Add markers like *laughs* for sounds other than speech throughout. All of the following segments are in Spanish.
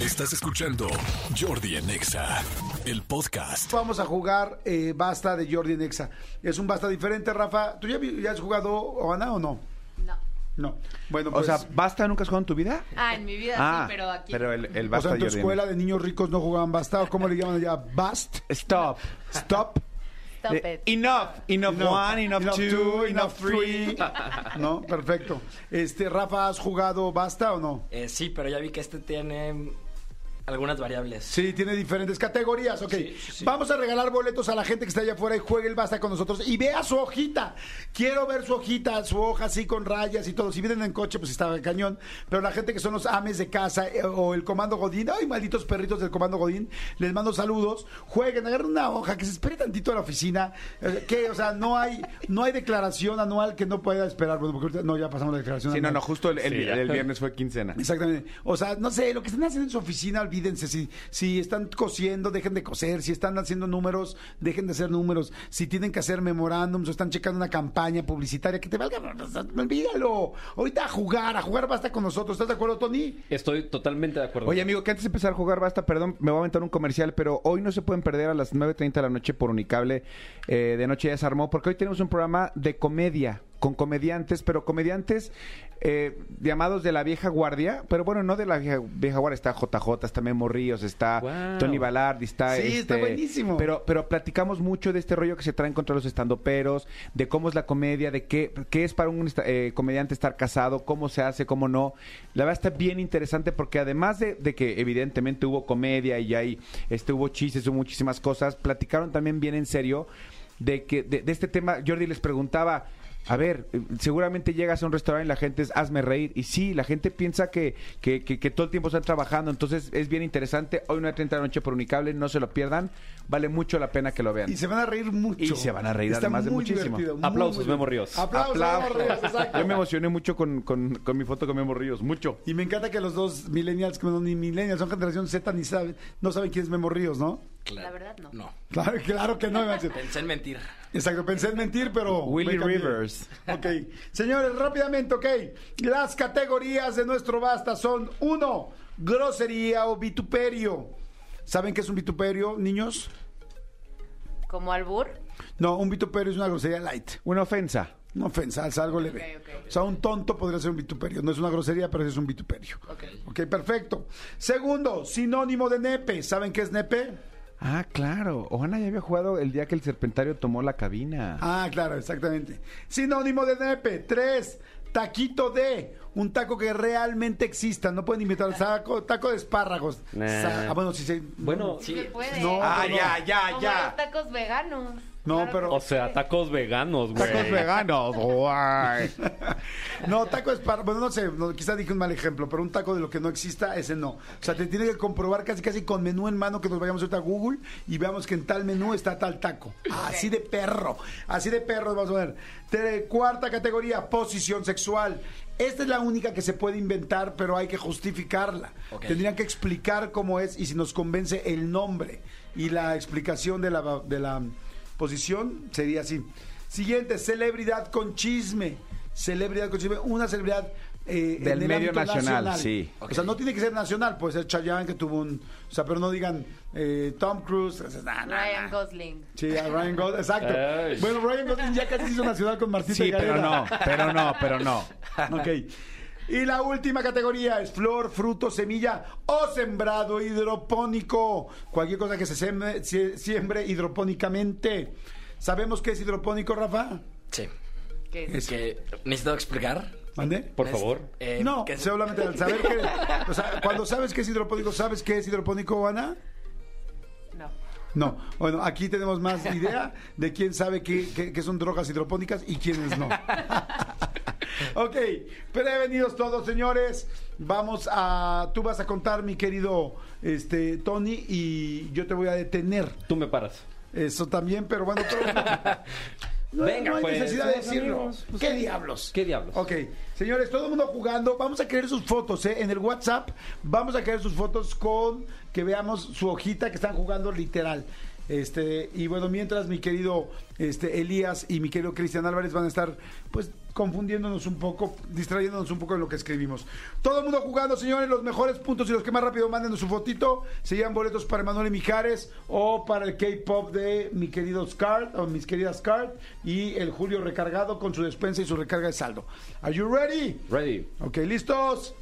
Estás escuchando Jordi en Exa, el podcast. Vamos a jugar eh, Basta de Jordi Nexa. Es un Basta diferente, Rafa. ¿Tú ya, vi- ya has jugado Ana o no? No. No. Bueno, O pues, sea, ¿basta nunca has jugado en tu vida? Ah, en mi vida ah, sí, pero aquí. Pero el, el o basta sea, en tu Jordi. escuela de niños ricos no jugaban Basta. ¿o ¿Cómo le llaman allá? Bast, Stop. Stop, Stop Eh, it. Enough. Enough no. one, enough, two, enough three. no, perfecto. Este, Rafa, ¿has jugado Basta o no? Eh, sí, pero ya vi que este tiene algunas variables. Sí, tiene diferentes categorías, ok. Vamos a regalar boletos a la gente que está allá afuera y juegue el basta con nosotros. Y vea su hojita. Quiero ver su hojita, su hoja así con rayas y todo. Si vienen en coche, pues está el cañón. Pero la gente que son los ames de casa eh, o el comando Godín, ay, malditos perritos del comando Godín, les mando saludos. Jueguen, agarren una hoja, que se espere tantito a la oficina. Eh, Que, o sea, no hay, no hay declaración anual que no pueda esperar. Bueno, porque ahorita- no, ya pasamos la declaración Sí, no, anual. no, justo el, el- el viernes fue quincena. Exactamente. O sea, no sé, lo que están haciendo en su oficina, olvídense. Si, si están cosiendo, dejen de coser. Si están haciendo números, dejen de hacer números. Si tienen que hacer memorándums o están checando una campaña publicitaria, que te valga, o sea, olvídalo. Ahorita a jugar, a jugar basta con nosotros. ¿Estás de acuerdo, Tony? Estoy totalmente de acuerdo. Oye, amigo, que antes de empezar a jugar basta, perdón, me voy a aventar un comercial, pero hoy no se pueden perder a las 9.30 de la noche por Unicable. eh, de noche ya se armó, porque hoy tenemos un programa de comedia con comediantes, pero comediantes eh, llamados de la vieja guardia, pero bueno, no de la vieja, vieja guardia, está JJ, está Memo Ríos, está Guau. Tony Balardi, está... Sí, está este, buenísimo. Pero pero, pero platicamos mucho de este rollo que se traen contra los estandoperos, de cómo es la comedia, de qué, qué es para un esta- eh, comediante estar casado, cómo se hace, cómo no. La verdad está bien interesante porque además de, de que evidentemente hubo comedia y hay, este, hubo chistes, hubo muchísimas cosas, platicaron también bien en serio de que de, de este tema. Jordi les preguntaba. A ver, eh, seguramente llegas a un restaurante y la gente es hazme reír. Y sí, la gente piensa que, que, que- que todo el tiempo están trabajando. Entonces es bien interesante. Hoy 9.30 de la noche por Unicable, no se lo pierdan. Vale mucho la pena que lo vean. Y se van a reír mucho. Y se van a reír, Está además de muy muchísimo. divertido, muy, Aplausos, muy divertido. Memo Ríos. Aplausos, Aplausos. Memo Ríos, exacto. Yo me emocioné mucho con, con- con mi foto con Memo Ríos, mucho. Y me encanta que los dos millennials, que no ni millennials, son generación Z, ni saben, no saben quién es Memo Ríos, ¿no? Claro. La verdad, no. No. Claro, claro que no, manches. Pensé en mentir. Exacto, pensé en mentir, pero... Willy me cambié. Rivers. Ok. Señores, rápidamente, ok. Las categorías de nuestro basta son uno, grosería o vituperio. ¿Saben qué es un vituperio, niños? Como albur. No, un vituperio es una grosería light. Una ofensa. Una ofensa, es algo leve. Ok, ok. O sea, un tonto podría ser un vituperio. No es una grosería, pero sí es un vituperio. Ok. Ok, perfecto. Segundo, sinónimo de nepe. ¿Saben qué es nepe? Ah, claro. Oana ya había jugado el día que el serpentario tomó la cabina. Ah, claro, exactamente. Sinónimo de nepe. Tres, taquito de. Un taco que realmente exista. No pueden imitar taco, taco de espárragos. Nah. Sa- ah, bueno, si se. Bueno, Sí. Se puede. No, Ah, no, ya, ya, Como ya. los tacos veganos. No, Claro que pero- se o sea, puede. tacos veganos, güey. Tacos veganos. Guay. No, taco de espárragos. Bueno, no sé, no, quizá dije un mal ejemplo, pero un taco de lo que no exista, ese no. O sea, te tiene que comprobar casi casi con menú en mano que nos vayamos ahorita a Google y veamos que en tal menú está tal taco. Así de perro. Así de perro, vamos a ver. Te- cuarta categoría, posición sexual. Esta es la única que se puede inventar, pero hay que justificarla. Ok. Tendrían que explicar cómo es y si nos convence el nombre. Y la explicación de la, de la posición sería así. Siguiente, celebridad con chisme. Celebridad con chisme. Una celebridad eh, en Del el medio ámbito nacional, sí. O sea, no tiene que ser nacional. Puede ser Chayanne que tuvo un... O sea, pero no digan eh, Tom Cruise. o sea, nah, nah, nah. Ryan Gosling. Sí, a Ryan Gosling, exacto. Ay. Bueno, Ryan Gosling ya casi hizo nacional con Martita Sí, pero Gareda. no, pero no, pero no. Ok. Y la última categoría es flor, fruto, semilla o sembrado hidropónico. Cualquier cosa que se sembre- se- siembre hidropónicamente. ¿Sabemos qué es hidropónico, Rafa? Sí. Que es- Es que necesito explicar. ¿Mande? Por Nec- favor. eh, no, que- solamente al saber que... O sea, cuando sabes qué es hidropónico, ¿sabes qué es hidropónico, Ana? No. No. Bueno, aquí tenemos más idea de quién sabe qué, qué- qué son drogas hidropónicas y quiénes *laughs* no. ok, prevenidos todos, señores. Vamos a. Tú vas a contar, mi querido este, Tony, y yo te voy a detener. Tú me paras. Eso también, pero bueno. *laughs* pero- No, Venga, no hay pues, necesidad de todos decirlo. amigos, pues, ¿Qué diablos? ¿Qué diablos? Ok, señores, todo el mundo jugando. Vamos a querer sus fotos, ¿eh? En el WhatsApp vamos a querer sus fotos con que veamos su hojita que están jugando literal. Este, y bueno, mientras mi querido este, Elías y mi querido Cristian Álvarez van a estar, pues, confundiéndonos un poco, distrayéndonos un poco en lo que escribimos. Todo el mundo jugando, señores, los mejores puntos y los que más rápido manden su fotito se llevan boletos para Manuel y Mijares o para el K-pop de mi querido Scar o mis queridas Card y el Julio recargado con su despensa y su recarga de saldo. Are you ready? Ready. Ok, listos.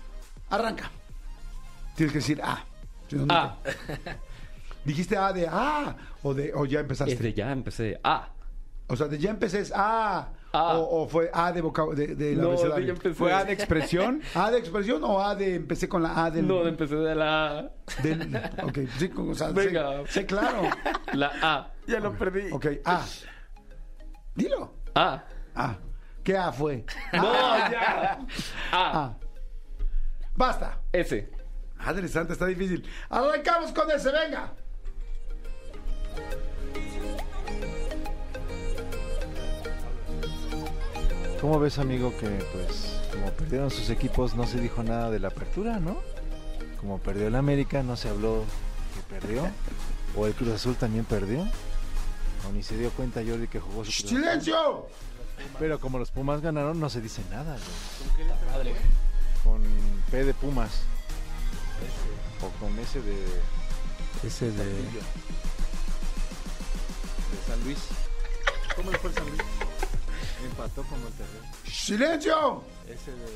Arranca. Tienes que decir ah. Si no, no Ah. te- Dijiste ah de ah o de o ya empezaste. Desde Este, ya empecé. Ah. O sea, de ya empecé es ah. Ah. O, o fue A de vocab de, del No, de abecedario. ya empecé. ¿Fue A de expresión? ¿A de expresión o A de empecé con la A del... *laughs* No, empecé de la del ok, sí, o sea, sé- Venga. Sé, claro. la A. Ya lo perdí. Ok, A. Dilo. A. A. ¿Qué A fue? No, ya. A. A. Basta. S. Madre santa, está difícil. Arrancamos con ese, venga. ¿Cómo ves, amigo, que pues como perdieron sus equipos no se dijo nada de la apertura, ¿no? Como perdió el América, no se habló que perdió. O el Cruz Azul también perdió. O ni se dio cuenta Jordi que jugó su Cruz Azul. ¡Silencio! Pero como los Pumas ganaron, no se dice nada, güey. Madre. Con P de Pumas. O con S de... Ese de. Saltillo. De San Luis. ¿Cómo le fue el San Luis? Empató con Monterrey. ¡Silencio! Ese de.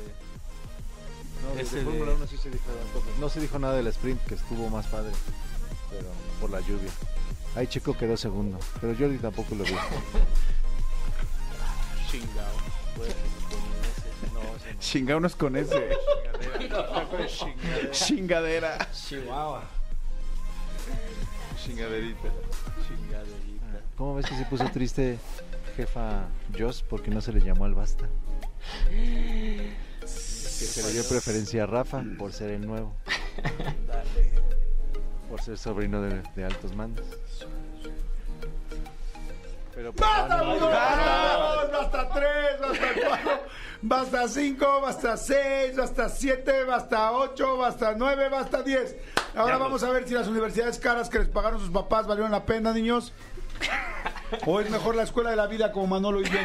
No, Ese de de- Fórmula 1 sí se dijo gran cosa. No se dijo nada del sprint, que estuvo más padre. Pero por la lluvia. Ahí Chico quedó segundo. Pero Jordi tampoco lo vio. *laughs* Chingao. Bueno, no, ese Chingámonos con ese. no. Chingadera. Chingadera. Chihuahua. Chingaderita. Chingaderita. Ah, ¿Cómo ves que se puso triste jefa Joss porque no se le llamó al basta? Que se le dio preferencia a Rafa por ser el nuevo. Por ser sobrino de, de altos mandos. Pero pues, ¡Basta ganó. uno! ¡Basta dos! ¡Basta tres! ¡Basta cuatro! ¡Basta cinco! ¡Basta seis! ¡Basta siete! ¡Basta ocho! ¡Basta nueve! ¡Basta diez! pues. Ahora vamos a ver si las universidades caras que les pagaron sus papás valieron la pena, niños. O es mejor la escuela de la vida como Manolo y yo.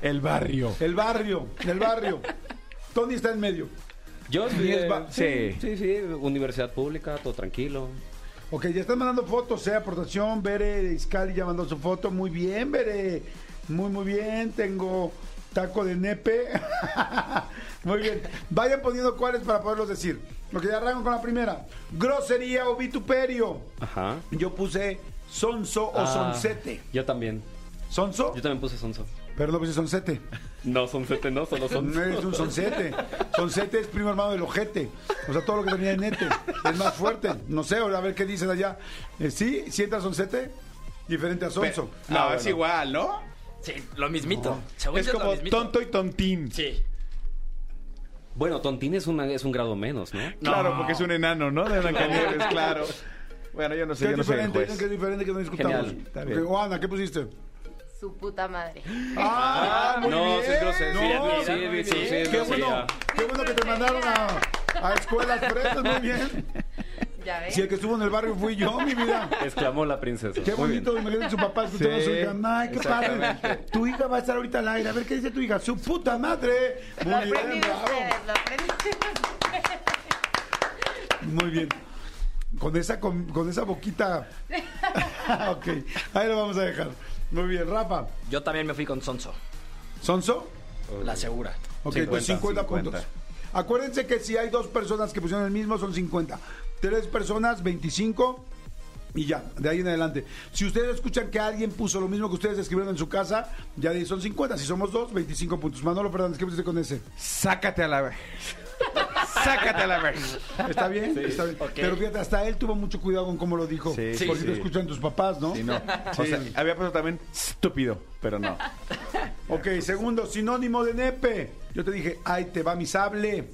El barrio. El barrio, el barrio. Tony está en medio. Yo Y es ba- sí, sí, sí, universidad pública, todo tranquilo. Ok, ya están mandando fotos, eh, aportación. Bere de Iscali ya mandó su foto. Muy bien, Bere. Muy, muy bien. Tengo taco de nepe. *laughs* muy bien. Vayan poniendo cuáles para poderlos decir. Ok, ya arranco con la primera. Grosería o vituperio. Ajá. Yo puse sonso o Ah, sonsete. Yo también. ¿Sonso? Yo también puse sonso. Pero no puse sonsete. No, sonsete no, No solo sonso. eres un sonsete. Sonsete es primo hermano del ojete. O sea, todo lo que tenía en nete. Es más fuerte. No sé, a ver qué dicen allá. Eh, sí, si entra sonsete, diferente a sonso. No, es igual, ¿no? Sí, lo mismito. Según Es yo, lo como mismito. tonto y tontín. Sí. *laughs* Bueno, tontín es, una, es un grado menos, ¿no? Claro, porque es un enano, ¿no? De Blancanieves, claro. Bueno, yo no Que sé, es yo no soy el diferente, juez. dicen que es diferente que no discutamos. Genial, está bien. Ok, Juana, ¿qué pusiste? Su puta madre. Ah, muy no, bien. sí es grosero. No, Sí, muy sí, bien. Víctor, sí, es qué bueno, grosería. qué bueno que te mandaron a, a escuelas fresas, muy bien. ¿Ya ves? Si el que estuvo en el barrio fui yo, mi vida. Exclamó la princesa. Qué Muy bien. bonito, imagínate su papá escuchando Sí, a su hija. Ay, qué padre. Tu hija va a estar ahorita al aire. A ver qué dice tu hija. Su puta madre. Lo Muy aprendí bien, de bravo. ustedes, lo aprendí de ustedes. Muy bien. Con esa, con, con esa *laughs* boquita. *laughs* ok, ahí lo vamos a dejar. Muy bien, Rafa. Yo también me fui con Sonso. ¿Sonso? La segura. Ok, entonces 50, 50. puntos. Acuérdense que si hay dos personas que pusieron el mismo son 50. Tres personas, 25. Y ya, de ahí en adelante. Si ustedes escuchan que alguien puso lo mismo que ustedes escribieron en su casa, ya de ahí son 50. Si somos dos, 25 puntos. Manolo Fernández, ¿qué pusiste con ese? Sácate a la vez. Sácate a la vez. ¿Está bien? Está bien. ok. Pero fíjate, hasta él tuvo mucho cuidado con cómo lo dijo. Sí, sí, porque sí. lo escuchan tus papás, ¿no? Sí, no. O sea, había puesto también estúpido, pero no. Ok, segundo, sinónimo de nepe. Yo te dije, ahí te va mi sable.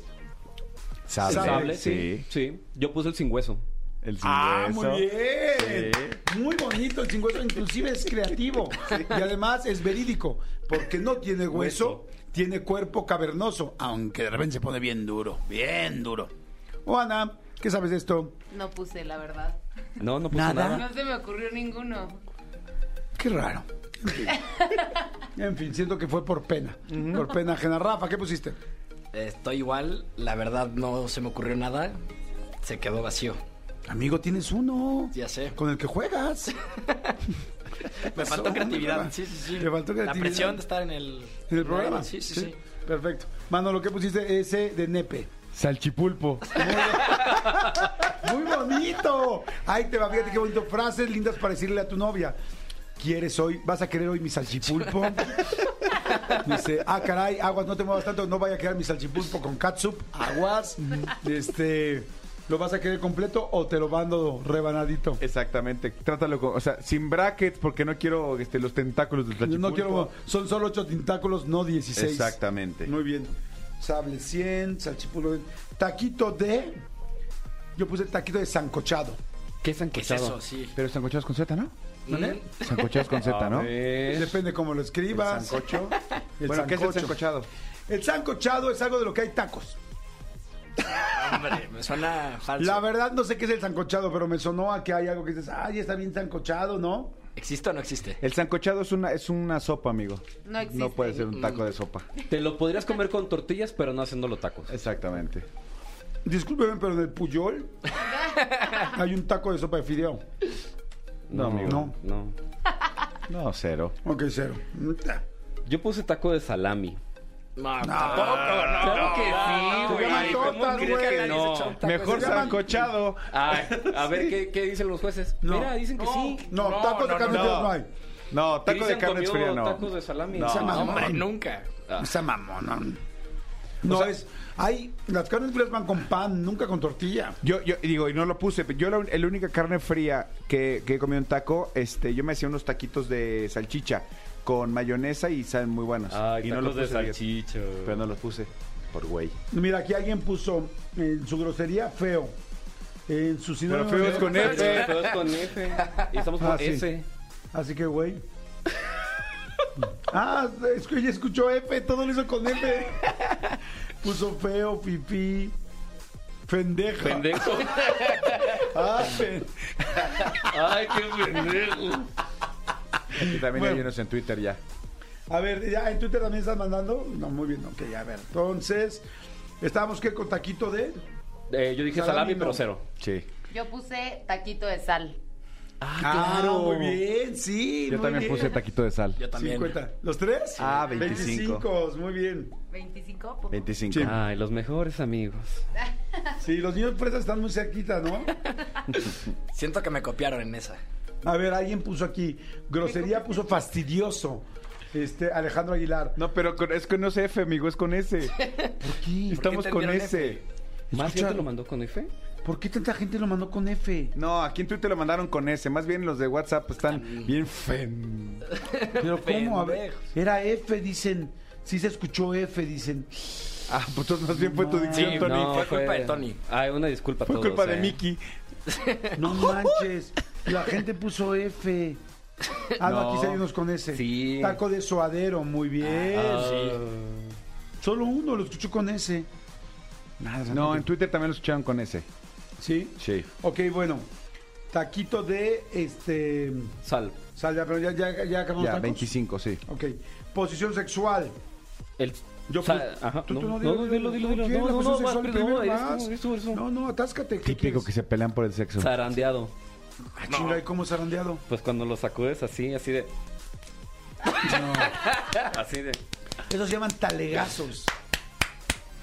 Sable. Sable, sí. sí. sí. Yo puse el sin hueso. El sin Ah, hueso. muy bien. Muy bonito el cingüeso, inclusive es creativo. Y además es verídico, porque no tiene hueso, tiene cuerpo cavernoso, aunque de repente se pone bien duro, bien duro. Juana, ¿qué sabes de esto? No puse, la verdad. No, no puse nada. Nada. No se me ocurrió ninguno. Qué raro. *laughs* En fin, siento que fue por pena. Por pena ajena. Rafa, ¿qué pusiste? Estoy igual, la verdad no se me ocurrió nada. Se quedó vacío. Amigo, tienes uno. Ya sé. Con el que juegas. Me faltó pasó, creatividad. Rafa? Sí, sí, sí. Te faltó creatividad. La presión de estar en el, En *laughs* el programa. Sí, sí, sí. Perfecto. Manolo, ¿qué pusiste? Ese de nepe. Salchipulpo. Muy bonito. Ahí te va, fíjate qué bonito. Frases lindas para decirle a tu novia. ¿Quieres hoy? ¿Vas a querer hoy mi salchipulpo? *laughs* Dice, ah, caray, aguas, no te muevas tanto, no vaya a quedar mi salchipulpo con catsup, aguas. Este, ¿lo vas a querer completo o te lo mando rebanadito? Exactamente. Trátalo con, o sea, sin brackets porque no quiero este, los tentáculos del salchipulpo. No quiero, son solo ocho tentáculos, no 16. Exactamente. Muy bien. Sable 100, salchipulpo. Taquito de. Yo puse taquito de sancochado. ¿Qué es ¿Qué es eso? Oh, Sí. Pero sancochados con Z, ¿no? ¿Vale? Sancochados *laughs* con Z, ¿no? Depende cómo lo escribas. El sancocho. *laughs* El bueno, ¿qué es el sancocho. sancochado? El sancochado es algo de lo que hay tacos. Hombre, me suena falso. La verdad no sé qué es el sancochado, pero me sonó a que hay algo que dices, ay, está bien sancochado, ¿no? ¿Existe o no existe? El sancochado es una, es una sopa, amigo. No existe. Mm. No puede ser un taco de sopa. Te lo podrías comer con tortillas, pero no haciéndolo tacos. Exactamente. Discúlpeme, pero en el Puyol hay un taco de sopa de fideo. No, amigo. no. No. No, cero. Ok, cero. Yo puse taco de salami. No, tampoco, no. Claro que sí, Se güey. llaman ¿Cómo tortas, crees que güey. nadie se echa un taco Mejor de- llaman- sancochado. Ay, a ver ¿qué, qué dicen los jueces. No. Mira, dicen que sí. No, tacos de carne no. fría no, hay. No, taco Cristian de carne comió fría no. Tacos de salami. No. Se llama- Hombre, nunca. Esa mamón. No O Ah. sea- es. Hay. Las carnes frías van con pan, nunca con tortilla. Yo, yo y digo, y no lo puse, pero yo la, un- la única carne fría que, que he comido en taco, este, yo me hacía unos taquitos de salchicha con mayonesa y saben muy buenos. Ay, y no tacos los de puse, fíjate. salchicho. Pero no los puse. Por güey. Mira, aquí alguien puso en su grosería feo. En su Pero sinónimo. feo es de- con Pero F. todo es con F. Y estamos con Ah, sí. S. Así que, *laughs* güey. Ah, es que ella escuchó F, todo lo hizo con F. Puso feo, pipí, pendeja. Pendejo. Ah, pen- Ay, qué pendejo. Y también Bueno. hay unos en Twitter ya. A ver, ya en Twitter también estás mandando. No, muy bien, ok, a ver. Entonces, estábamos que con taquito de. Eh, yo dije Salami salami, no. pero cero. Sí. Yo puse taquito de sal. Ah, muy bien, sí. Yo muy también bien. puse taquito de sal. Yo también. 50. ¿Los tres? Ah, 25. 25, muy bien. 25. pongo. 25. Sí. Ay, los mejores amigos. Sí, los niños fresas están muy cerquita, ¿no? Siento que me copiaron en esa. A ver, alguien puso aquí. Grosería puso fastidioso. Este, Alejandro Aguilar. No, pero con- es que no es F, amigo, es con S. ¿Por qué? Estamos te con dieron S. ¿Más Escucha. gente lo mandó con F? ¿Por qué tanta gente lo mandó con F? No, aquí en Twitter lo mandaron con S. Más bien los de WhatsApp están bien fen. *laughs* Pero ¿cómo? A ver, Pendejos. era F, dicen. Sí se escuchó F, dicen. Ah, pues entonces más bien fue tu dicción, Sí, Tony. no, fue culpa de Tony. Ay, una disculpa a Fue todos, culpa eh. de Mickey. *laughs* No manches. La gente puso F. Ah, no, No. aquí sí hay unos con S. Sí. Taco de suadero, muy bien. Ah, Solo uno lo escuchó con S. Nada, No, en Twitter también lo escucharon con S. ¿Sí? Sí. Ok, bueno. Taquito de este. Sal. Sal, ya, pero ya, ya, ya acabamos Ya, tacos. 25, sí. Ok. Posición sexual. El... Yo sal- puse- Ajá. Tú- no, tú no, digas, no, dilo, dilo, dilo. ¿quieres No, la no, posición no, vas sexual primero, primero? eres Vas. tú, eres tú, eres tú. No, no, atáscate. ¿qué Típico quieres? que se pelean por el sexo. Zarandeado. Ah, chinga, ¿y cómo zarandeado? Pues cuando lo sacudes así, así de... así de... Esos se llaman talegazos.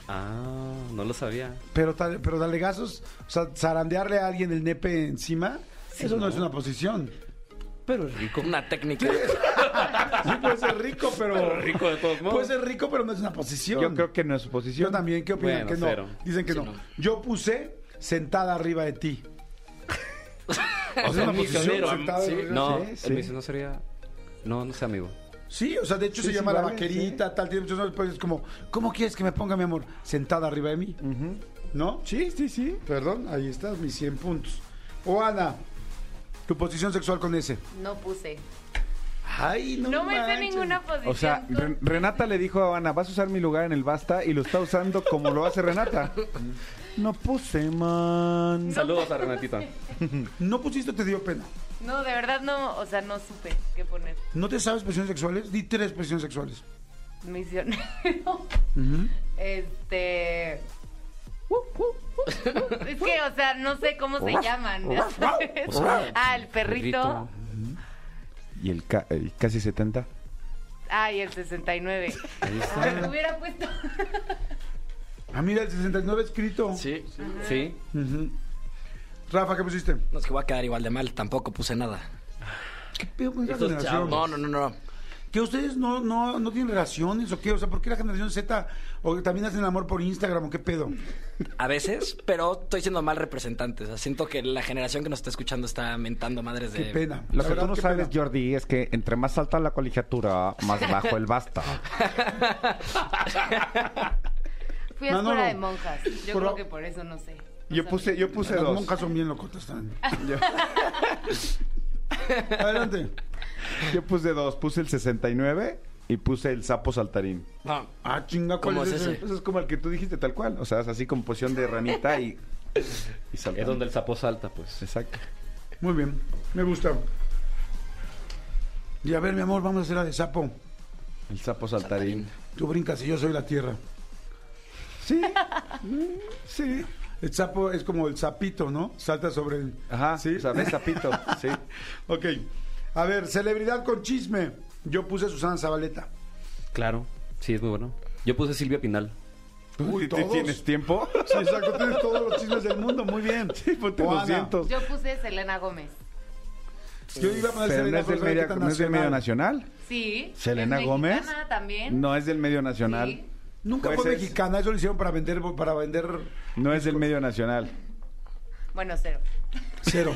Ah, no lo sabía. Pero, tal- pero talegazos, o sea, zarandearle a alguien el nepe encima, eso no. es una posición. Pero es rico. Una técnica. Sí, *laughs* puede ser rico, pero. Pero rico de todos modos. Puede ser rico, pero no es una posición. Yo creo que no es su Yo posición. también, ¿qué opinan? Bueno, que no. cero. Dicen que Sí, no. no. Yo puse sentada arriba de ti. O Es sea, una un posición misionero. sentado, Sí, ¿no? No, Sí, sí. el misionero sería... No, no sé, amigo. Sí, o sea, de hecho Sí, se sí, llama la vale, vaquerita, tal, tiene muchos nombres, pero es como, ¿cómo quieres que me ponga, mi amor? Sentada arriba de mí. Ujú. ¿No? Sí, sí, sí. Perdón, ahí estás, mis 100 puntos. O Ana, tu posición sexual con ese. No puse. Ay, No, me hice manches. ninguna posición. O sea, con- *laughs* Ren- Renata le dijo a Ana, vas a usar mi lugar en el Basta y lo está usando como lo hace Renata. No puse man. Saludos a Renatita. No pusiste, te dio pena. No, de verdad no, o sea, no supe qué poner. ¿No te sabes presiones sexuales? Di tres presiones sexuales. Misionero. Este. Es que, o sea, no sé cómo se llaman. ya sabes. ah, el perrito. Y el ca- el casi 70. Ah, y el 69. Ay, me hubiera puesto. *laughs* Ah, mira, el 69 escrito. Sí. Sí. Ujú. Rafa, ¿qué pusiste? No es que voy a quedar igual de mal, tampoco puse nada. ¿Qué pedo con esta Estos generación? No, no, no, no. ¿Que ustedes no, no, no tienen relaciones o qué? O sea, ¿por qué la generación Z o que también hacen amor por Instagram o qué pedo? A veces, pero estoy siendo mal representante. O sea, siento que la generación que nos está escuchando está mentando madres de. Qué pena. Lo La que verdad, tú no qué sabes, pena. Jordi, es que entre más alta la colegiatura, más bajo el basta. Fui a Manolo. escuela de monjas. Yo Por- creo que por eso no sé. No *laughs* Yo sabía. puse, yo puse Las dos. monjas son bien locotas también. Adelante. Yo puse dos. Puse el 69 y puse el sapo saltarín. No. Ah, chinga, ¿cuál ¿Cómo es es ese? ese? Eso es como el que tú dijiste tal cual. O sea, es así con posición de ranita y, y saltando. Es donde el sapo salta, pues. Exacto. Muy bien, me gusta. Y a ver, mi amor, vamos a hacer la de sapo. El sapo saltarín. Tú brincas y yo soy la tierra. *laughs* Sí. Mm, Sí. El sapo es como el sapito, ¿no? Salta sobre el... Ajá. Sí. O sea, ves sapito. Sí. Ok. A ver, celebridad con chisme. Yo puse Susana Zabaleta. Claro. Sí, es muy bueno. Yo puse Silvia Pinal. Uy, ¿Ti- ti- todos. ¿Tienes tiempo? Sí, exacto, tienes todos los chismes del mundo, muy bien. Sí, ponte O Ana. 200. Yo puse Selena Gómez. Yo iba a poner Pero no Selena es, del Gómez, media- ahorita no es del medio nacional. Sí. ¿Selena es Gómez? mexicana también. No es del medio nacional. Sí. Nunca Pues fue es- mexicana, eso lo hicieron para vender, para vender No es del medio nacional. Bueno, cero. *laughs* cero. Cero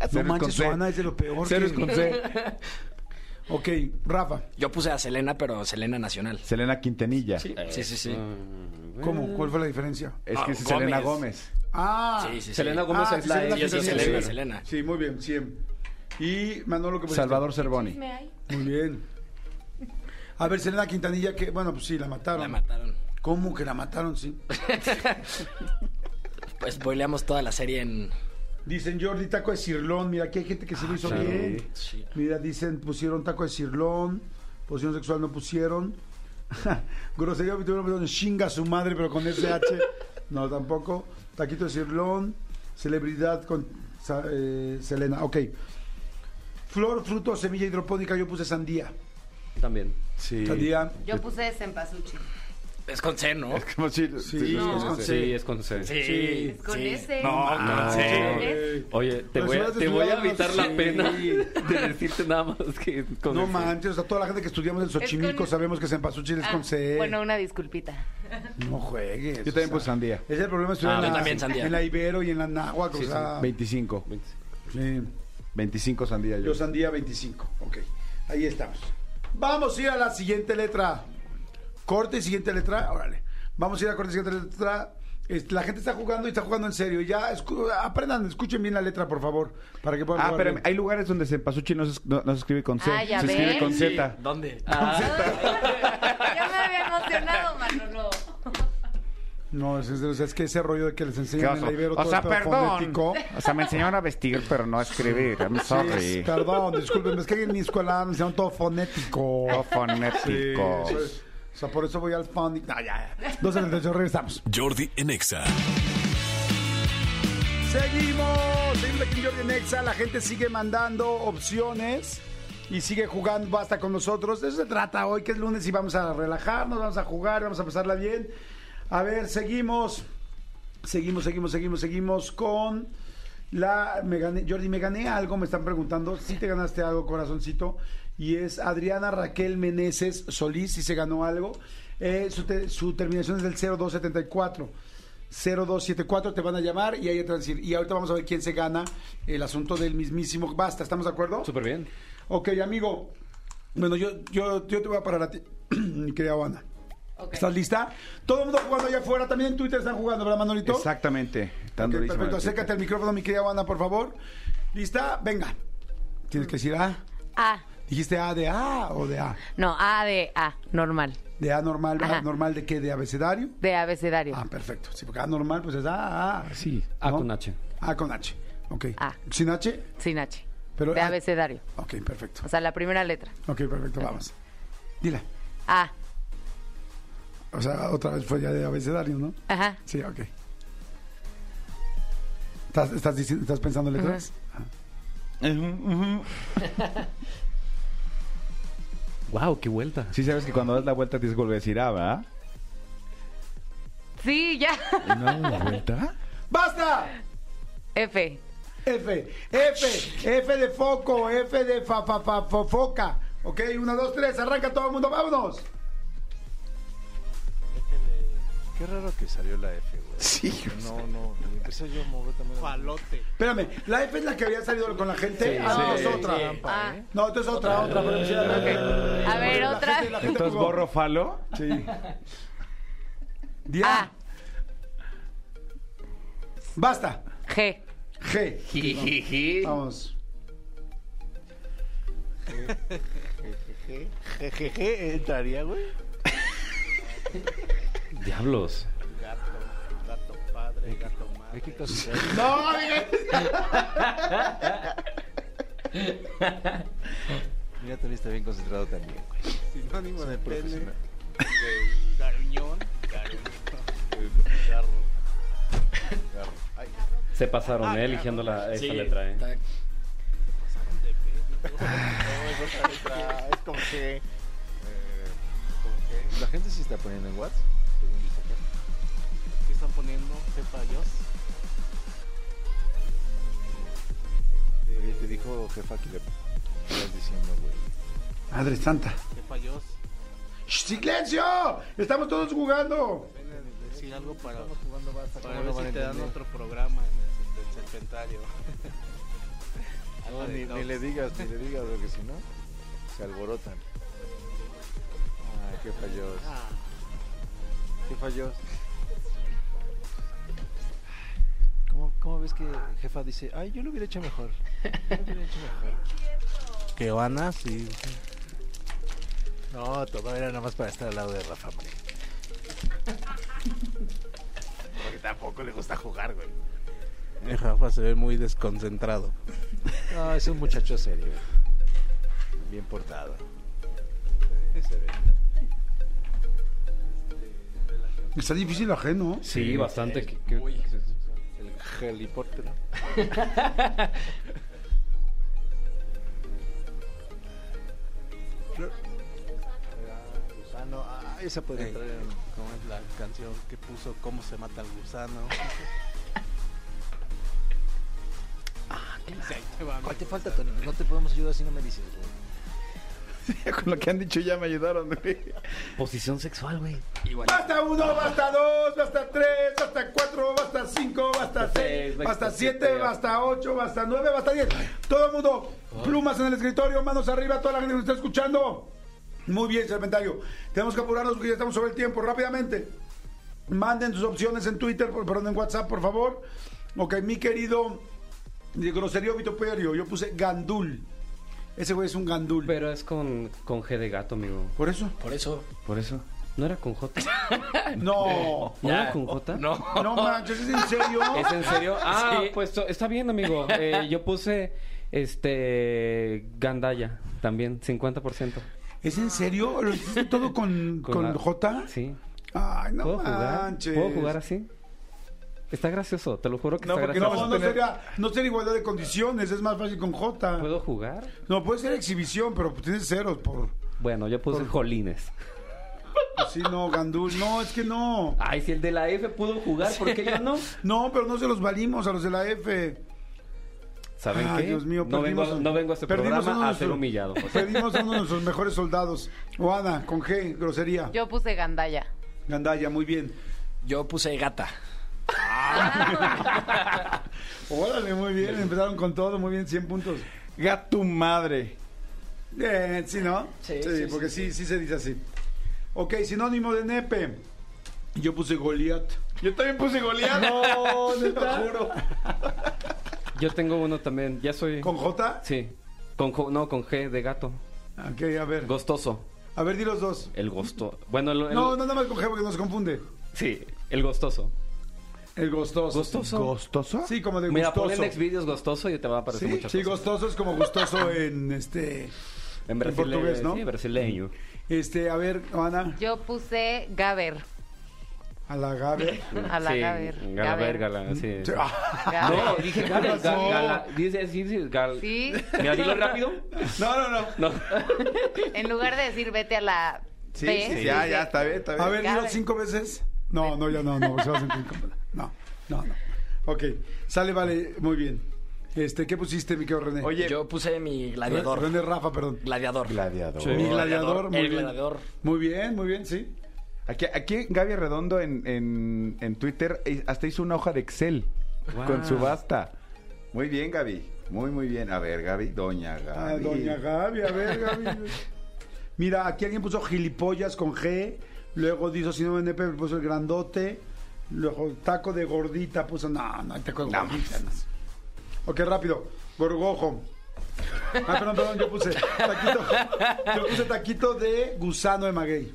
no es con manches, C. Susana es de lo peor. Cero que- es *laughs* con C. Ok, Rafa, Yo puse a Selena, pero Selena Nacional. Selena Quintanilla. Sí, sí, sí. Mm, ¿cómo? ¿Cuál fue la diferencia? Es Ah, que es Gómez. Selena Gómez. Ah, Sí, sí, sí. Selena Gómez Ah, es sí, la Selena ella sí es Gómez. Selena, Selena. Selena. Sí, muy bien, 100. Y Manolo, ¿qué pusiste? Salvador Cervoni. ¿Me hay? Muy bien. A ver, Selena Quintanilla, que bueno, pues sí, la mataron. La mataron. ¿Cómo que la mataron? Sí. Pues boileamos toda la serie en. Dicen Jordi, taco de cirlón. Mira, aquí hay gente que se lo hizo Ah, claro. bien. Sí. Mira, dicen, pusieron taco de cirlón. Posición sexual no pusieron. *laughs* Grosería, obituario, perdón, chinga su madre, pero con *laughs* SH. No, tampoco. Taquito de cirlón. Celebridad con sa- eh, Selena. Ok. Flor, fruto, semilla hidropónica. Yo puse sandía. También. Sí. *laughs* Sandía. Yo puse Cempasúchil. Es con C, ¿no? Es como si- Ah, Sí, no, es con Sí, C. es con C. Sí. Es con sí. ese. No, con Ah, C. ¿ves? Oye, te Pero voy, si a, hubieras te voy a estudiado, evitar la sí. pena *laughs* de decirte nada más que es con No C. manches, o sea, toda la gente que estudiamos en Xochimilco con- sabemos que Cempasúchil es Ah, con C. Bueno, una disculpita. No juegues. Yo también puse sandía. Es el problema de estudiar Ah, en, yo la, también, Sandía. en la Ibero y en la Náhuatl, o sea. 25. sí. 25 sandía yo. Yo Sandía 25. Ok, ahí estamos. Vamos a ir a la siguiente letra. Corte y siguiente letra. Órale. Vamos a ir a corte y siguiente letra. Este, La gente está jugando y está jugando en serio. Ya escu- aprendan, escuchen bien la letra, por favor, para que puedan Ah, jugar espérame, bien. hay lugares donde Sempasuchi no se, no, no se escribe con C, Ah, ya se ves. escribe con Sí. Z. ¿Dónde? Ah, Ay, ya me había emocionado, Manolo. No, es, es- es que ese rollo de que les Qué enseñan en oso. la Ibero O todo sea, el pedo perdón. fonético. O sea, me enseñaron a vestir, pero no a escribir. I'm Sí, sorry. perdón, disculpen, es que en mi escuela Ah, me hicieron todo fonético. Todo Sí, fonético. eso es. O sea, por eso voy al fonético. No, ya, ya. 12.38, regresamos. Jordi en Exa. Seguimos, seguimos aquí en Jordi en Exa. La gente sigue mandando opciones y sigue jugando. Basta con nosotros. De eso se trata hoy, que es lunes y vamos a relajarnos, vamos a jugar, vamos a pasarla bien. A ver, seguimos. Seguimos, seguimos, seguimos, seguimos con la. me gané- Jordi, me gané algo, me están preguntando. Si te ganaste algo, corazoncito. Y es Adriana Raquel Meneses Solís, si se ganó algo. Eh, su, te- su terminación es del 0274. 0274 te van a llamar y ahí te van a decir. Y ahorita vamos a ver quién se gana el asunto del mismísimo. Basta, ¿estamos de acuerdo? Súper bien. Ok, amigo. Bueno, yo, yo, yo te voy a parar a ti, *clears throat* mi querida Juana. Ok. ¿Estás lista? Todo el mundo jugando allá afuera. También en Twitter están jugando, ¿verdad, Manolito? Exactamente. Tan Ok, durísima perfecto, la chica. acércate al micrófono, mi querida Wanda, por favor. ¿Lista? Venga. Tienes que decir A, Ah, Dijiste A de A o de A. No, A de A, normal. De A normal, ¿verdad? Ajá. normal de qué? De abecedario. De abecedario. Ah, perfecto. Sí, porque A normal pues es A, A. Sí, A ¿no? Ah, con H. A con H. Ok. A. Sin H. Sin H. Pero de ah. A- abecedario. Ok, perfecto. O sea, la primera letra. Ok, perfecto, vamos. Dila. A. O sea, otra vez fue ya de abecedario, ¿no? Ajá. Sí, ok. ¿Estás, estás, dici- estás pensando en letras? Wow, qué vuelta. Sí sabes que cuando das la vuelta tienes que volver a decir, ah, ¿verdad? Sí, ya. *laughs* No, la vuelta. ¡Basta! F. F, F, F de foco, F de fa, fa, fa, fo- foca. Ok, una, dos, tres, arranca todo el mundo, vámonos. Qué raro que salió la F, güey. Sí. No, no, me empecé yo a mover también. Palote. Espérame, la F es la que había salido con la gente. ah, no, es otra. Ah. Eh, No, esto es otra, otra. pero sí la- Ok. A ver, La otra. gente- la gente Entonces jugó. borro falo. Sí. A. Ah. Dia. Basta. G. G. Vamos. Jejeje, entraría, güey. Diablos. Gato. Gato padre, gato madre. No, diga- Mira, también está bien concentrado también, güey. Sinónimo de pene. profesional. De garuñón. Garuñón. Garro. Garro. Ay, Se Ah, pasaron, eh, eligiendo la, esa letra, eh. está- de pene. No, es otra letra. Es como que... eh, como que- La gente sí está poniendo en WhatsApp, según dice acá. ¿Qué están poniendo? Sepa Dios. Oye, te dijo jefa que le estás diciendo, güey. Madre santa. Sepa Dios. Shh, ¡Silencio! Estamos todos jugando. Ven a decir algo para, jugando basta, para ver si te dan otro programa en el, del serpentario. Algo de ni, tops. ni le digas, ni le digas, porque si no, se alborotan. Ay, qué fallos. Ah, Qué fallos. ¿Cómo, ¿Cómo ves que jefa dice, ay, yo lo hubiera hecho mejor? Yo lo hubiera hecho mejor. que van así. No, todo era nada más para estar al lado de Rafa, hombre. Porque tampoco le gusta jugar, güey. Eh, Rafa se ve muy desconcentrado. No, es un muchacho serio. Bien portado. Se ve- se ve. Está difícil ajeno. Sí, bastante. que- que- El helipórtero. Gusano, ah, esa puede Ey. entrar en. Como es la canción que puso Cómo se mata el gusano. Sí, ahí te va, ¿Cuál te amigo. falta, Tony? No te podemos ayudar si no me dices, *laughs* güey. Con lo que han dicho ya me ayudaron. Posición sexual, güey. Basta uno, basta dos, basta tres, basta cuatro, basta cinco, basta seis, Seis, basta basta siete, siete. basta ocho, basta nueve, basta diez. Todo el mundo, plumas en el escritorio, manos arriba, toda la gente que nos está escuchando. Muy bien, Serpentario. Tenemos que apurarnos porque ya estamos sobre el tiempo. Rápidamente, manden sus opciones en Twitter, por- perdón, en WhatsApp, por favor. Ok, mi querido de groserío vituperio, yo puse gandul. Ese güey es un gandul. Pero es con, con G de gato, amigo. ¿Por eso? Por eso. Por eso. ¿No era con *laughs* J? No. Ah, ¿No era con J? No. No manches, ¿es en serio? ¿Es en serio? Ah, Sí. pues to- está bien, amigo. Eh, yo puse este Gandaya también, 50%. ¿Es en serio? ¿Lo hiciste todo *laughs* con, con, la- J? Sí. Ay, no ¿Puedo jugar? manches. ¿Puedo jugar así? Está gracioso, te lo juro que No, está porque no, gracioso. no, sería, no sería igualdad de condiciones, es más fácil con J. ¿Puedo jugar? No, puede ser exhibición, pero tienes ceros por... pues Bueno, yo puse Jolines. Sí, no, Gandul, no, es que no. Ay, si el de la F pudo jugar, ¿por qué yo no? No, pero no se los valimos a los de la F. ¿Saben Ay, qué? Dios mío, no, vengo, perdimos a- un- no vengo a este perdimos uno de programa a ser nuestros- humillado. Pedimos a uno de nuestros mejores soldados. Oana, con G, grosería. Yo puse gandalla. Gandaya, muy bien. Yo puse gata. Órale, muy bien, empezaron con todo, muy bien, 100 puntos. Gato madre. Eh, sí, ¿no? Sí, sí, porque sí, sí, se dice así. Ok, sinónimo de nepe. Yo puse Goliat. Yo también puse goleado. No, te lo juro. Yo tengo uno también, ya soy... ¿Con J? Sí. Con, jo- no, con G de gato. Ok, a ver. Gostoso. A ver, di los dos. El gosto. Bueno, el, el- No, no, nada más con G porque nos confunde. Sí, el gostoso. El gostoso. Gostoso. ¿Gostoso? Sí, como de Mira, gustoso. pon en Next Videos gostoso y te va a aparecer Sí, muchas sí, cosas. gostoso es como *laughs* gustoso en este. En brasileño. portugués, ¿no? Sí, brasileño. Este, a ver, Ana, Yo puse Gaber. a la Gabe. A la sí, Gaber. Galaver, Gala, sí. Sí, ah, No, Gaber. dije Gala, Gala, Gala. Dice, sí, sí, Gala. Sí. Mira, dilo rápido. No, no, no. No. En lugar de decir vete a la Sí, P, sí, ya, dice, ya, está bien, está bien. A ver, dilo Gabe. cinco veces. No, no, ya no, no, se va a sentir incómoda. No, no, no. Ok, sale, vale, muy bien. Este, ¿qué pusiste, mi querido René? *laughs* Oye, Yo puse mi gladiador. René Rafa, perdón. Gladiador. Gladiador. Mi gladiador, gladiador, muy el bien. gladiador. Muy bien, muy bien, sí. Aquí, aquí Gaby Redondo en, en, en Twitter eh, hasta hizo una hoja de Excel con subasta. Muy bien, Gaby. Muy, muy bien. A ver, Gaby, doña Ah, Gaby. doña Gaby, a ver, Gaby. *laughs* Mira, aquí alguien puso gilipollas con G, luego dijo si no NP, puso el grandote, luego taco de gordita, puso no, no hay taco de No, gordita. no. Ok, rápido, gorgojo. Ah, perdón, perdón, yo puse *laughs* taquito, yo puse taquito de gusano de maguey.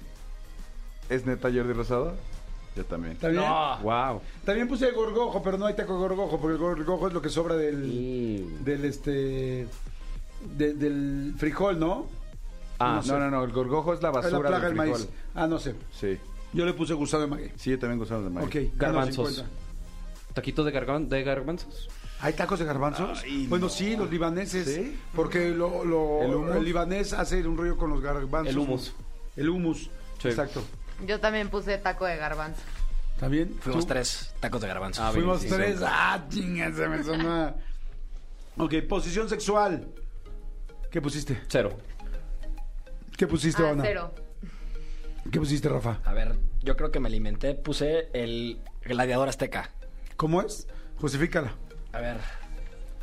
¿Es neta Jordi Rosado? Yo también. ¿Está bien? Wow. También puse gorgojo, pero no hay taco de gorgojo, porque el gorgojo es lo que sobra del, del este, de- del frijol, ¿no? Ah, No sé. no, no, no. El gorgojo es la Es la basura plaga del frijol. maíz. Ah, no sé. Sí. Yo le puse gusano de maguey. Sí, yo también gustamos de maíz. Ok, ya nos Garbanzos. di cuenta. Taquitos de, garban- de garbanzos. ¿Hay tacos de garbanzos? bueno, sí, los libaneses. ¿Sí? Porque lo, lo- ¿El ¿El, hummus? libanés hace un rollo con los garbanzos. El hummus. El humus. Sí. Exacto. Yo también puse taco de garbanzo. ¿Está bien? Fuimos ¿Tú? tres Ah, tacos de garbanzo. Fuimos tres. Ah, chinga, se me sonó. ok, posición sexual. ¿Qué pusiste? Cero. ¿Qué pusiste, Ah, Ana? cero. ¿Qué pusiste, Rafa? A ver, yo creo que me alimenté. Puse el gladiador azteca. ¿Cómo es? Justifícala. A ver.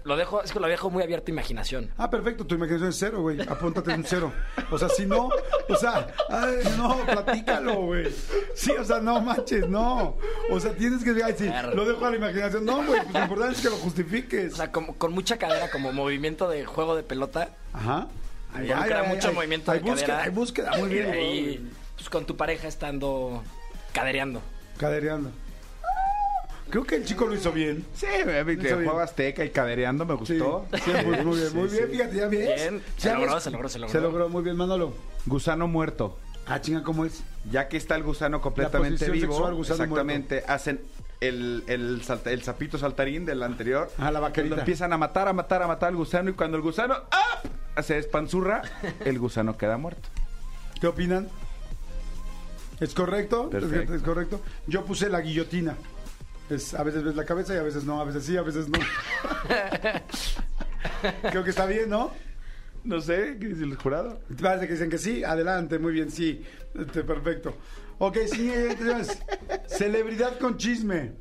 Lo dejo, es que lo dejo muy abierta imaginación. Ah, perfecto, tu imaginación es cero, güey. Apúntate un cero. O sea, si no, o sea, ay, no, platícalo, güey. Sí, o sea, no manches, no. O sea, tienes que ay, sí, lo dejo a la imaginación. No, güey, pues lo importante es que lo justifiques. O sea, como- con mucha cadera, como movimiento de juego de pelota. Ajá. Ay, Involucra mucho movimiento ay, de búsqueda, cadera. ay, búsqueda, Ah, muy Y bien. ahí, pues con tu pareja estando cadereando. Cadereando. Creo que el chico lo hizo bien. Sí, baby, que Está bien. juego azteca y cadereando me Sí, gustó. sí, muy, muy bien, Sí, muy sí. bien, fíjate, ya ves. Bien, se ¿Ya logró, ves? se logró, se logró. Se logró, muy bien, Manolo. Gusano muerto. Ah, chinga, ¿cómo es? Ya que está el gusano completamente posición vivo, sexual, gusano exactamente, hacen el, el, salta- el sapito saltarín del anterior. Ah, la vaquerita. Lo empiezan a matar, a matar, a matar al gusano y cuando el gusano ¡ah! se espanzurra, el gusano queda muerto. ¿Qué opinan? ¿Es correcto? Perfecto. ¿Es correcto? Yo puse la guillotina. Es, a veces ves la cabeza y a veces no, a veces sí, a veces *laughs* no. Creo que está bien, ¿no? No sé, ¿qué dice el jurado? Parece que dicen que sí, adelante, muy bien, sí. Este, perfecto. Ok, sí, entonces, celebridad con chisme.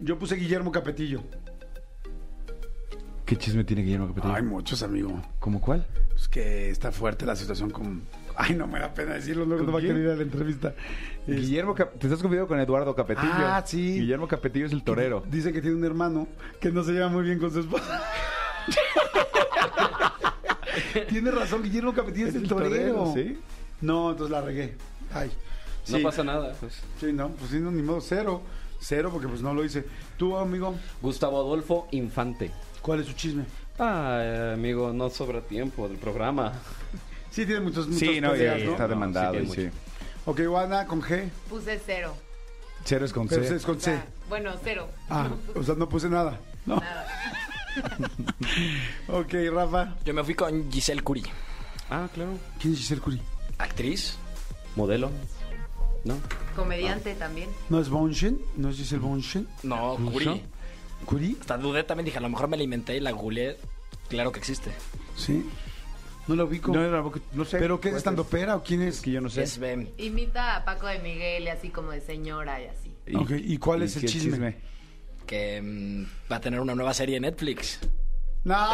Yo puse Guillermo Capetillo. ¿Qué chisme tiene Guillermo Capetillo? Hay muchos, amigo. ¿Cómo cuál? Pues que está fuerte la situación con... Ay, no me da pena decirlo, luego no va a quién? querer ir a la entrevista. Este, Guillermo, Cap- te estás confundiendo con Eduardo Capetillo. Ah, sí. Guillermo Capetillo es el torero. Dice que tiene un hermano que no se lleva muy bien con su esposa. tiene razón, Guillermo Capetillo es, el torero. ¿sí? No, entonces la regué. Ay. No Sí, pasa nada. pues. Sí, no, pues sí, no, ni modo, cero. Cero, porque pues no lo hice. Tú, amigo, Gustavo Adolfo Infante. ¿cuál es su chisme? Ah, amigo, no sobra tiempo del programa. Sí, tiene muchos, muchos Sí, no, y peleas, está ¿no? demandado. sí, y tiene sí. Ok, Juana, con G, Puse cero. Cero es con pero C. es con O C. sea, bueno, cero. Ah, o sea, no puse nada. No. *laughs* ok, Rafa. Yo me fui con Giselle Curie, Ah, claro. ¿Quién es Giselle Curie? actriz. Modelo. ¿No? *laughs* Comediante también. ¿No es Bonchen? ¿No es Giselle Bonchen? No, Curie. ¿Curie? Hasta dudé también, dije, a lo mejor me alimenté y la googleé. Claro que existe. Sí. No la ubico. No, no, no, no sé. ¿Pero qué es Pues, estando pera o quién es? Es que yo no sé. Es, em, Imita a Paco de Miguel y así como de señora y así. Ok, ¿y cuál es el qué chisme? que em, va a tener una nueva serie en Netflix. No, *laughs*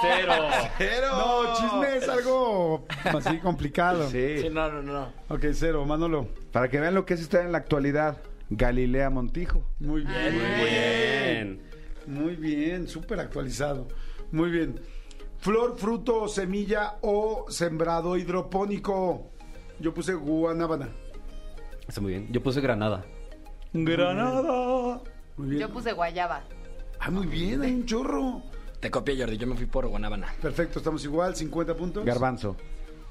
Cero. Pero... no, chisme es algo así complicado. Sí. Sí, no, no, no. Ok, cero, Manolo. Para que vean lo que es estar en la actualidad. Galilea Montijo. Muy bien. Bien. Muy bien, súper actualizado. Muy bien. Flor, fruto, semilla o sembrado hidropónico. Yo puse guanábana. Está muy bien. Yo puse Granada. Granada. Muy bien. Yo puse guayaba. Ah, muy bien, hay un chorro. Te copié, Jordi. Yo me fui por Guanábana. Perfecto, estamos igual, 50 puntos. Garbanzo.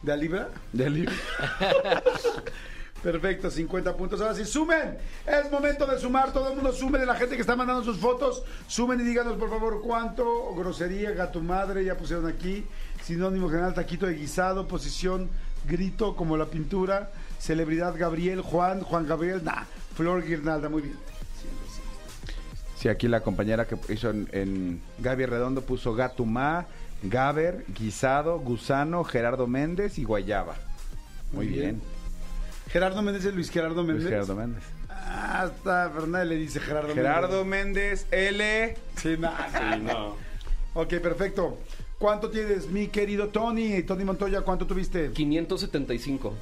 ¿De a libra? De libro. *laughs* Perfecto, 50 puntos. Ahora sí, sumen. Es momento de sumar. Todo el mundo sume de la gente que está mandando sus fotos. Sumen y díganos, por favor, cuánto. Grosería, gato madre, ya pusieron aquí. Sinónimo general, taquito de guisado, posición, grito, como la pintura. Celebridad, Gabriel, Juan, Juan Gabriel, nah. Flor Guirnalda, muy bien. Sí, aquí la compañera que hizo en, en Gaby Redondo puso Gatumá, Gaber, Guisado, Gusano, Gerardo Méndez y Guayaba. Muy Muy bien. bien. Gerardo Méndez es Luis Gerardo Méndez. Luis Gerardo Méndez. Hasta Fernanda le dice Gerardo Méndez. Gerardo Méndez L. Sí, no, no. Ok, perfecto. ¿Cuánto tienes, mi querido Tony? Tony Montoya, ¿cuánto tuviste? 575.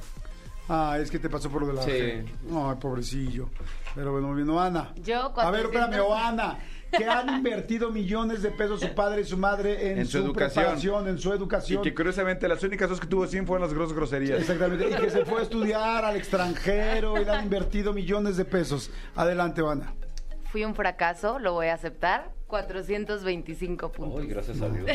Ah, es que te pasó por lo de la Sí. fe. Ay, pobrecillo. Pero bueno, muy bien. O Ana. Yo, A ver, 400. espérame, o Ana. Que han invertido millones de pesos su padre y su madre en, En su educación. preparación, en su Y educación. que curiosamente las únicas dos que tuvo 100 fueron las grosas groserías. Exactamente. Y que se fue a estudiar al extranjero y le han invertido millones de pesos. Adelante, o Ana. Fui un fracaso, lo voy a aceptar. 425 puntos. Ay, gracias a Dios.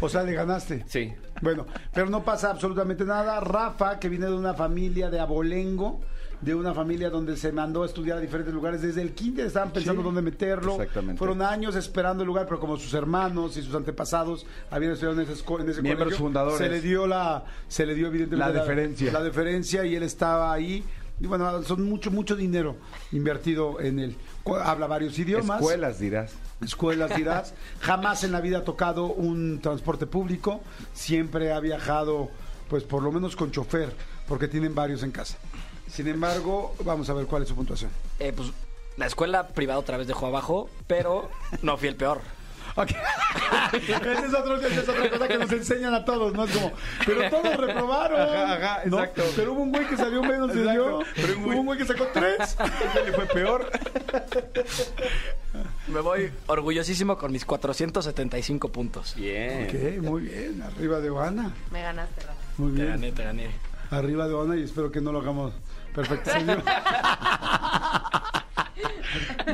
O sea, le ganaste. Sí. Bueno, pero no pasa absolutamente nada. Rafa, que viene de una familia de abolengo, de una familia donde se mandó a estudiar a diferentes lugares, desde el kinder estaban pensando dónde meterlo. exactamente. Fueron años esperando el lugar, pero como sus hermanos y sus antepasados habían estudiado en ese, esco- en ese Miembros colegio, fundadores. se le dio la, se le dio evidentemente La deferencia. la deferencia y él estaba ahí. Y bueno, son mucho, mucho dinero invertido en él. Cu- Habla varios idiomas Escuelas dirás. escuelas dirás, jamás en la vida ha tocado un transporte público, siempre ha viajado, pues por lo menos con chofer, porque tienen varios en casa. Sin embargo, vamos a ver cuál es su puntuación. Eh, pues la escuela privada otra vez dejó abajo, pero no fui el peor. Ok. *laughs* Ese es otro- esa es otra cosa que nos enseñan a todos, ¿no? Es como, pero todos reprobaron. Ajá, ajá, ¿no? exacto. Pero hubo un güey que salió menos de Exacto. yo. Pero un güey- Hubo un güey que sacó *laughs* tres. Le fue peor. Me voy Mm. orgullosísimo con mis 475 puntos. Bien. Ok, muy bien. Arriba de Oana. Me ganaste, Rafa. Muy Te bien. gané, te gané. Arriba de Oana y espero que no lo hagamos perfecto, señor.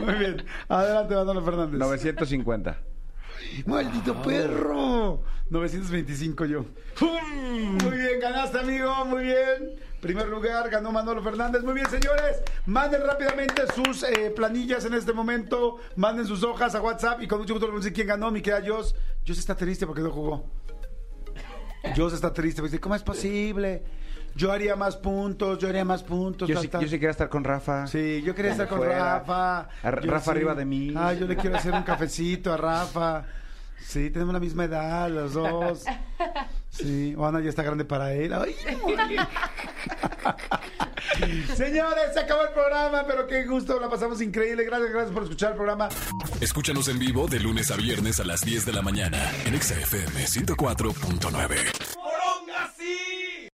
Muy bien. Adelante, Manolo Fernández. 950. ¡Maldito Ah. perro! 925 yo. Muy bien, ganaste, amigo. Muy bien. Primer lugar, ganó Manolo Fernández. Muy bien, señores. Manden rápidamente sus eh, planillas en este momento. Manden sus hojas a WhatsApp y con mucho gusto les vamos a decir quién ganó. Mi querida Jos. Jos está triste porque no jugó. Jos está triste. porque Dice, ¿cómo es posible? Yo haría más puntos, yo haría más puntos. Yo tal, sí, tal". yo sí quería estar con Rafa. Sí, yo quería estar con Fuera. Rafa. A Yo Rafa arriba de mí. Ah, yo le quiero hacer un cafecito a Rafa. Sí, tenemos la misma edad, los dos. Sí, Ana ya está grande para él. Ay, *laughs* muy bien. Señores, se acabó el programa, pero qué gusto, la pasamos increíble. Gracias, gracias por escuchar el programa. Escúchanos en vivo de lunes a viernes a las 10 de la mañana en Exa FM 104.9.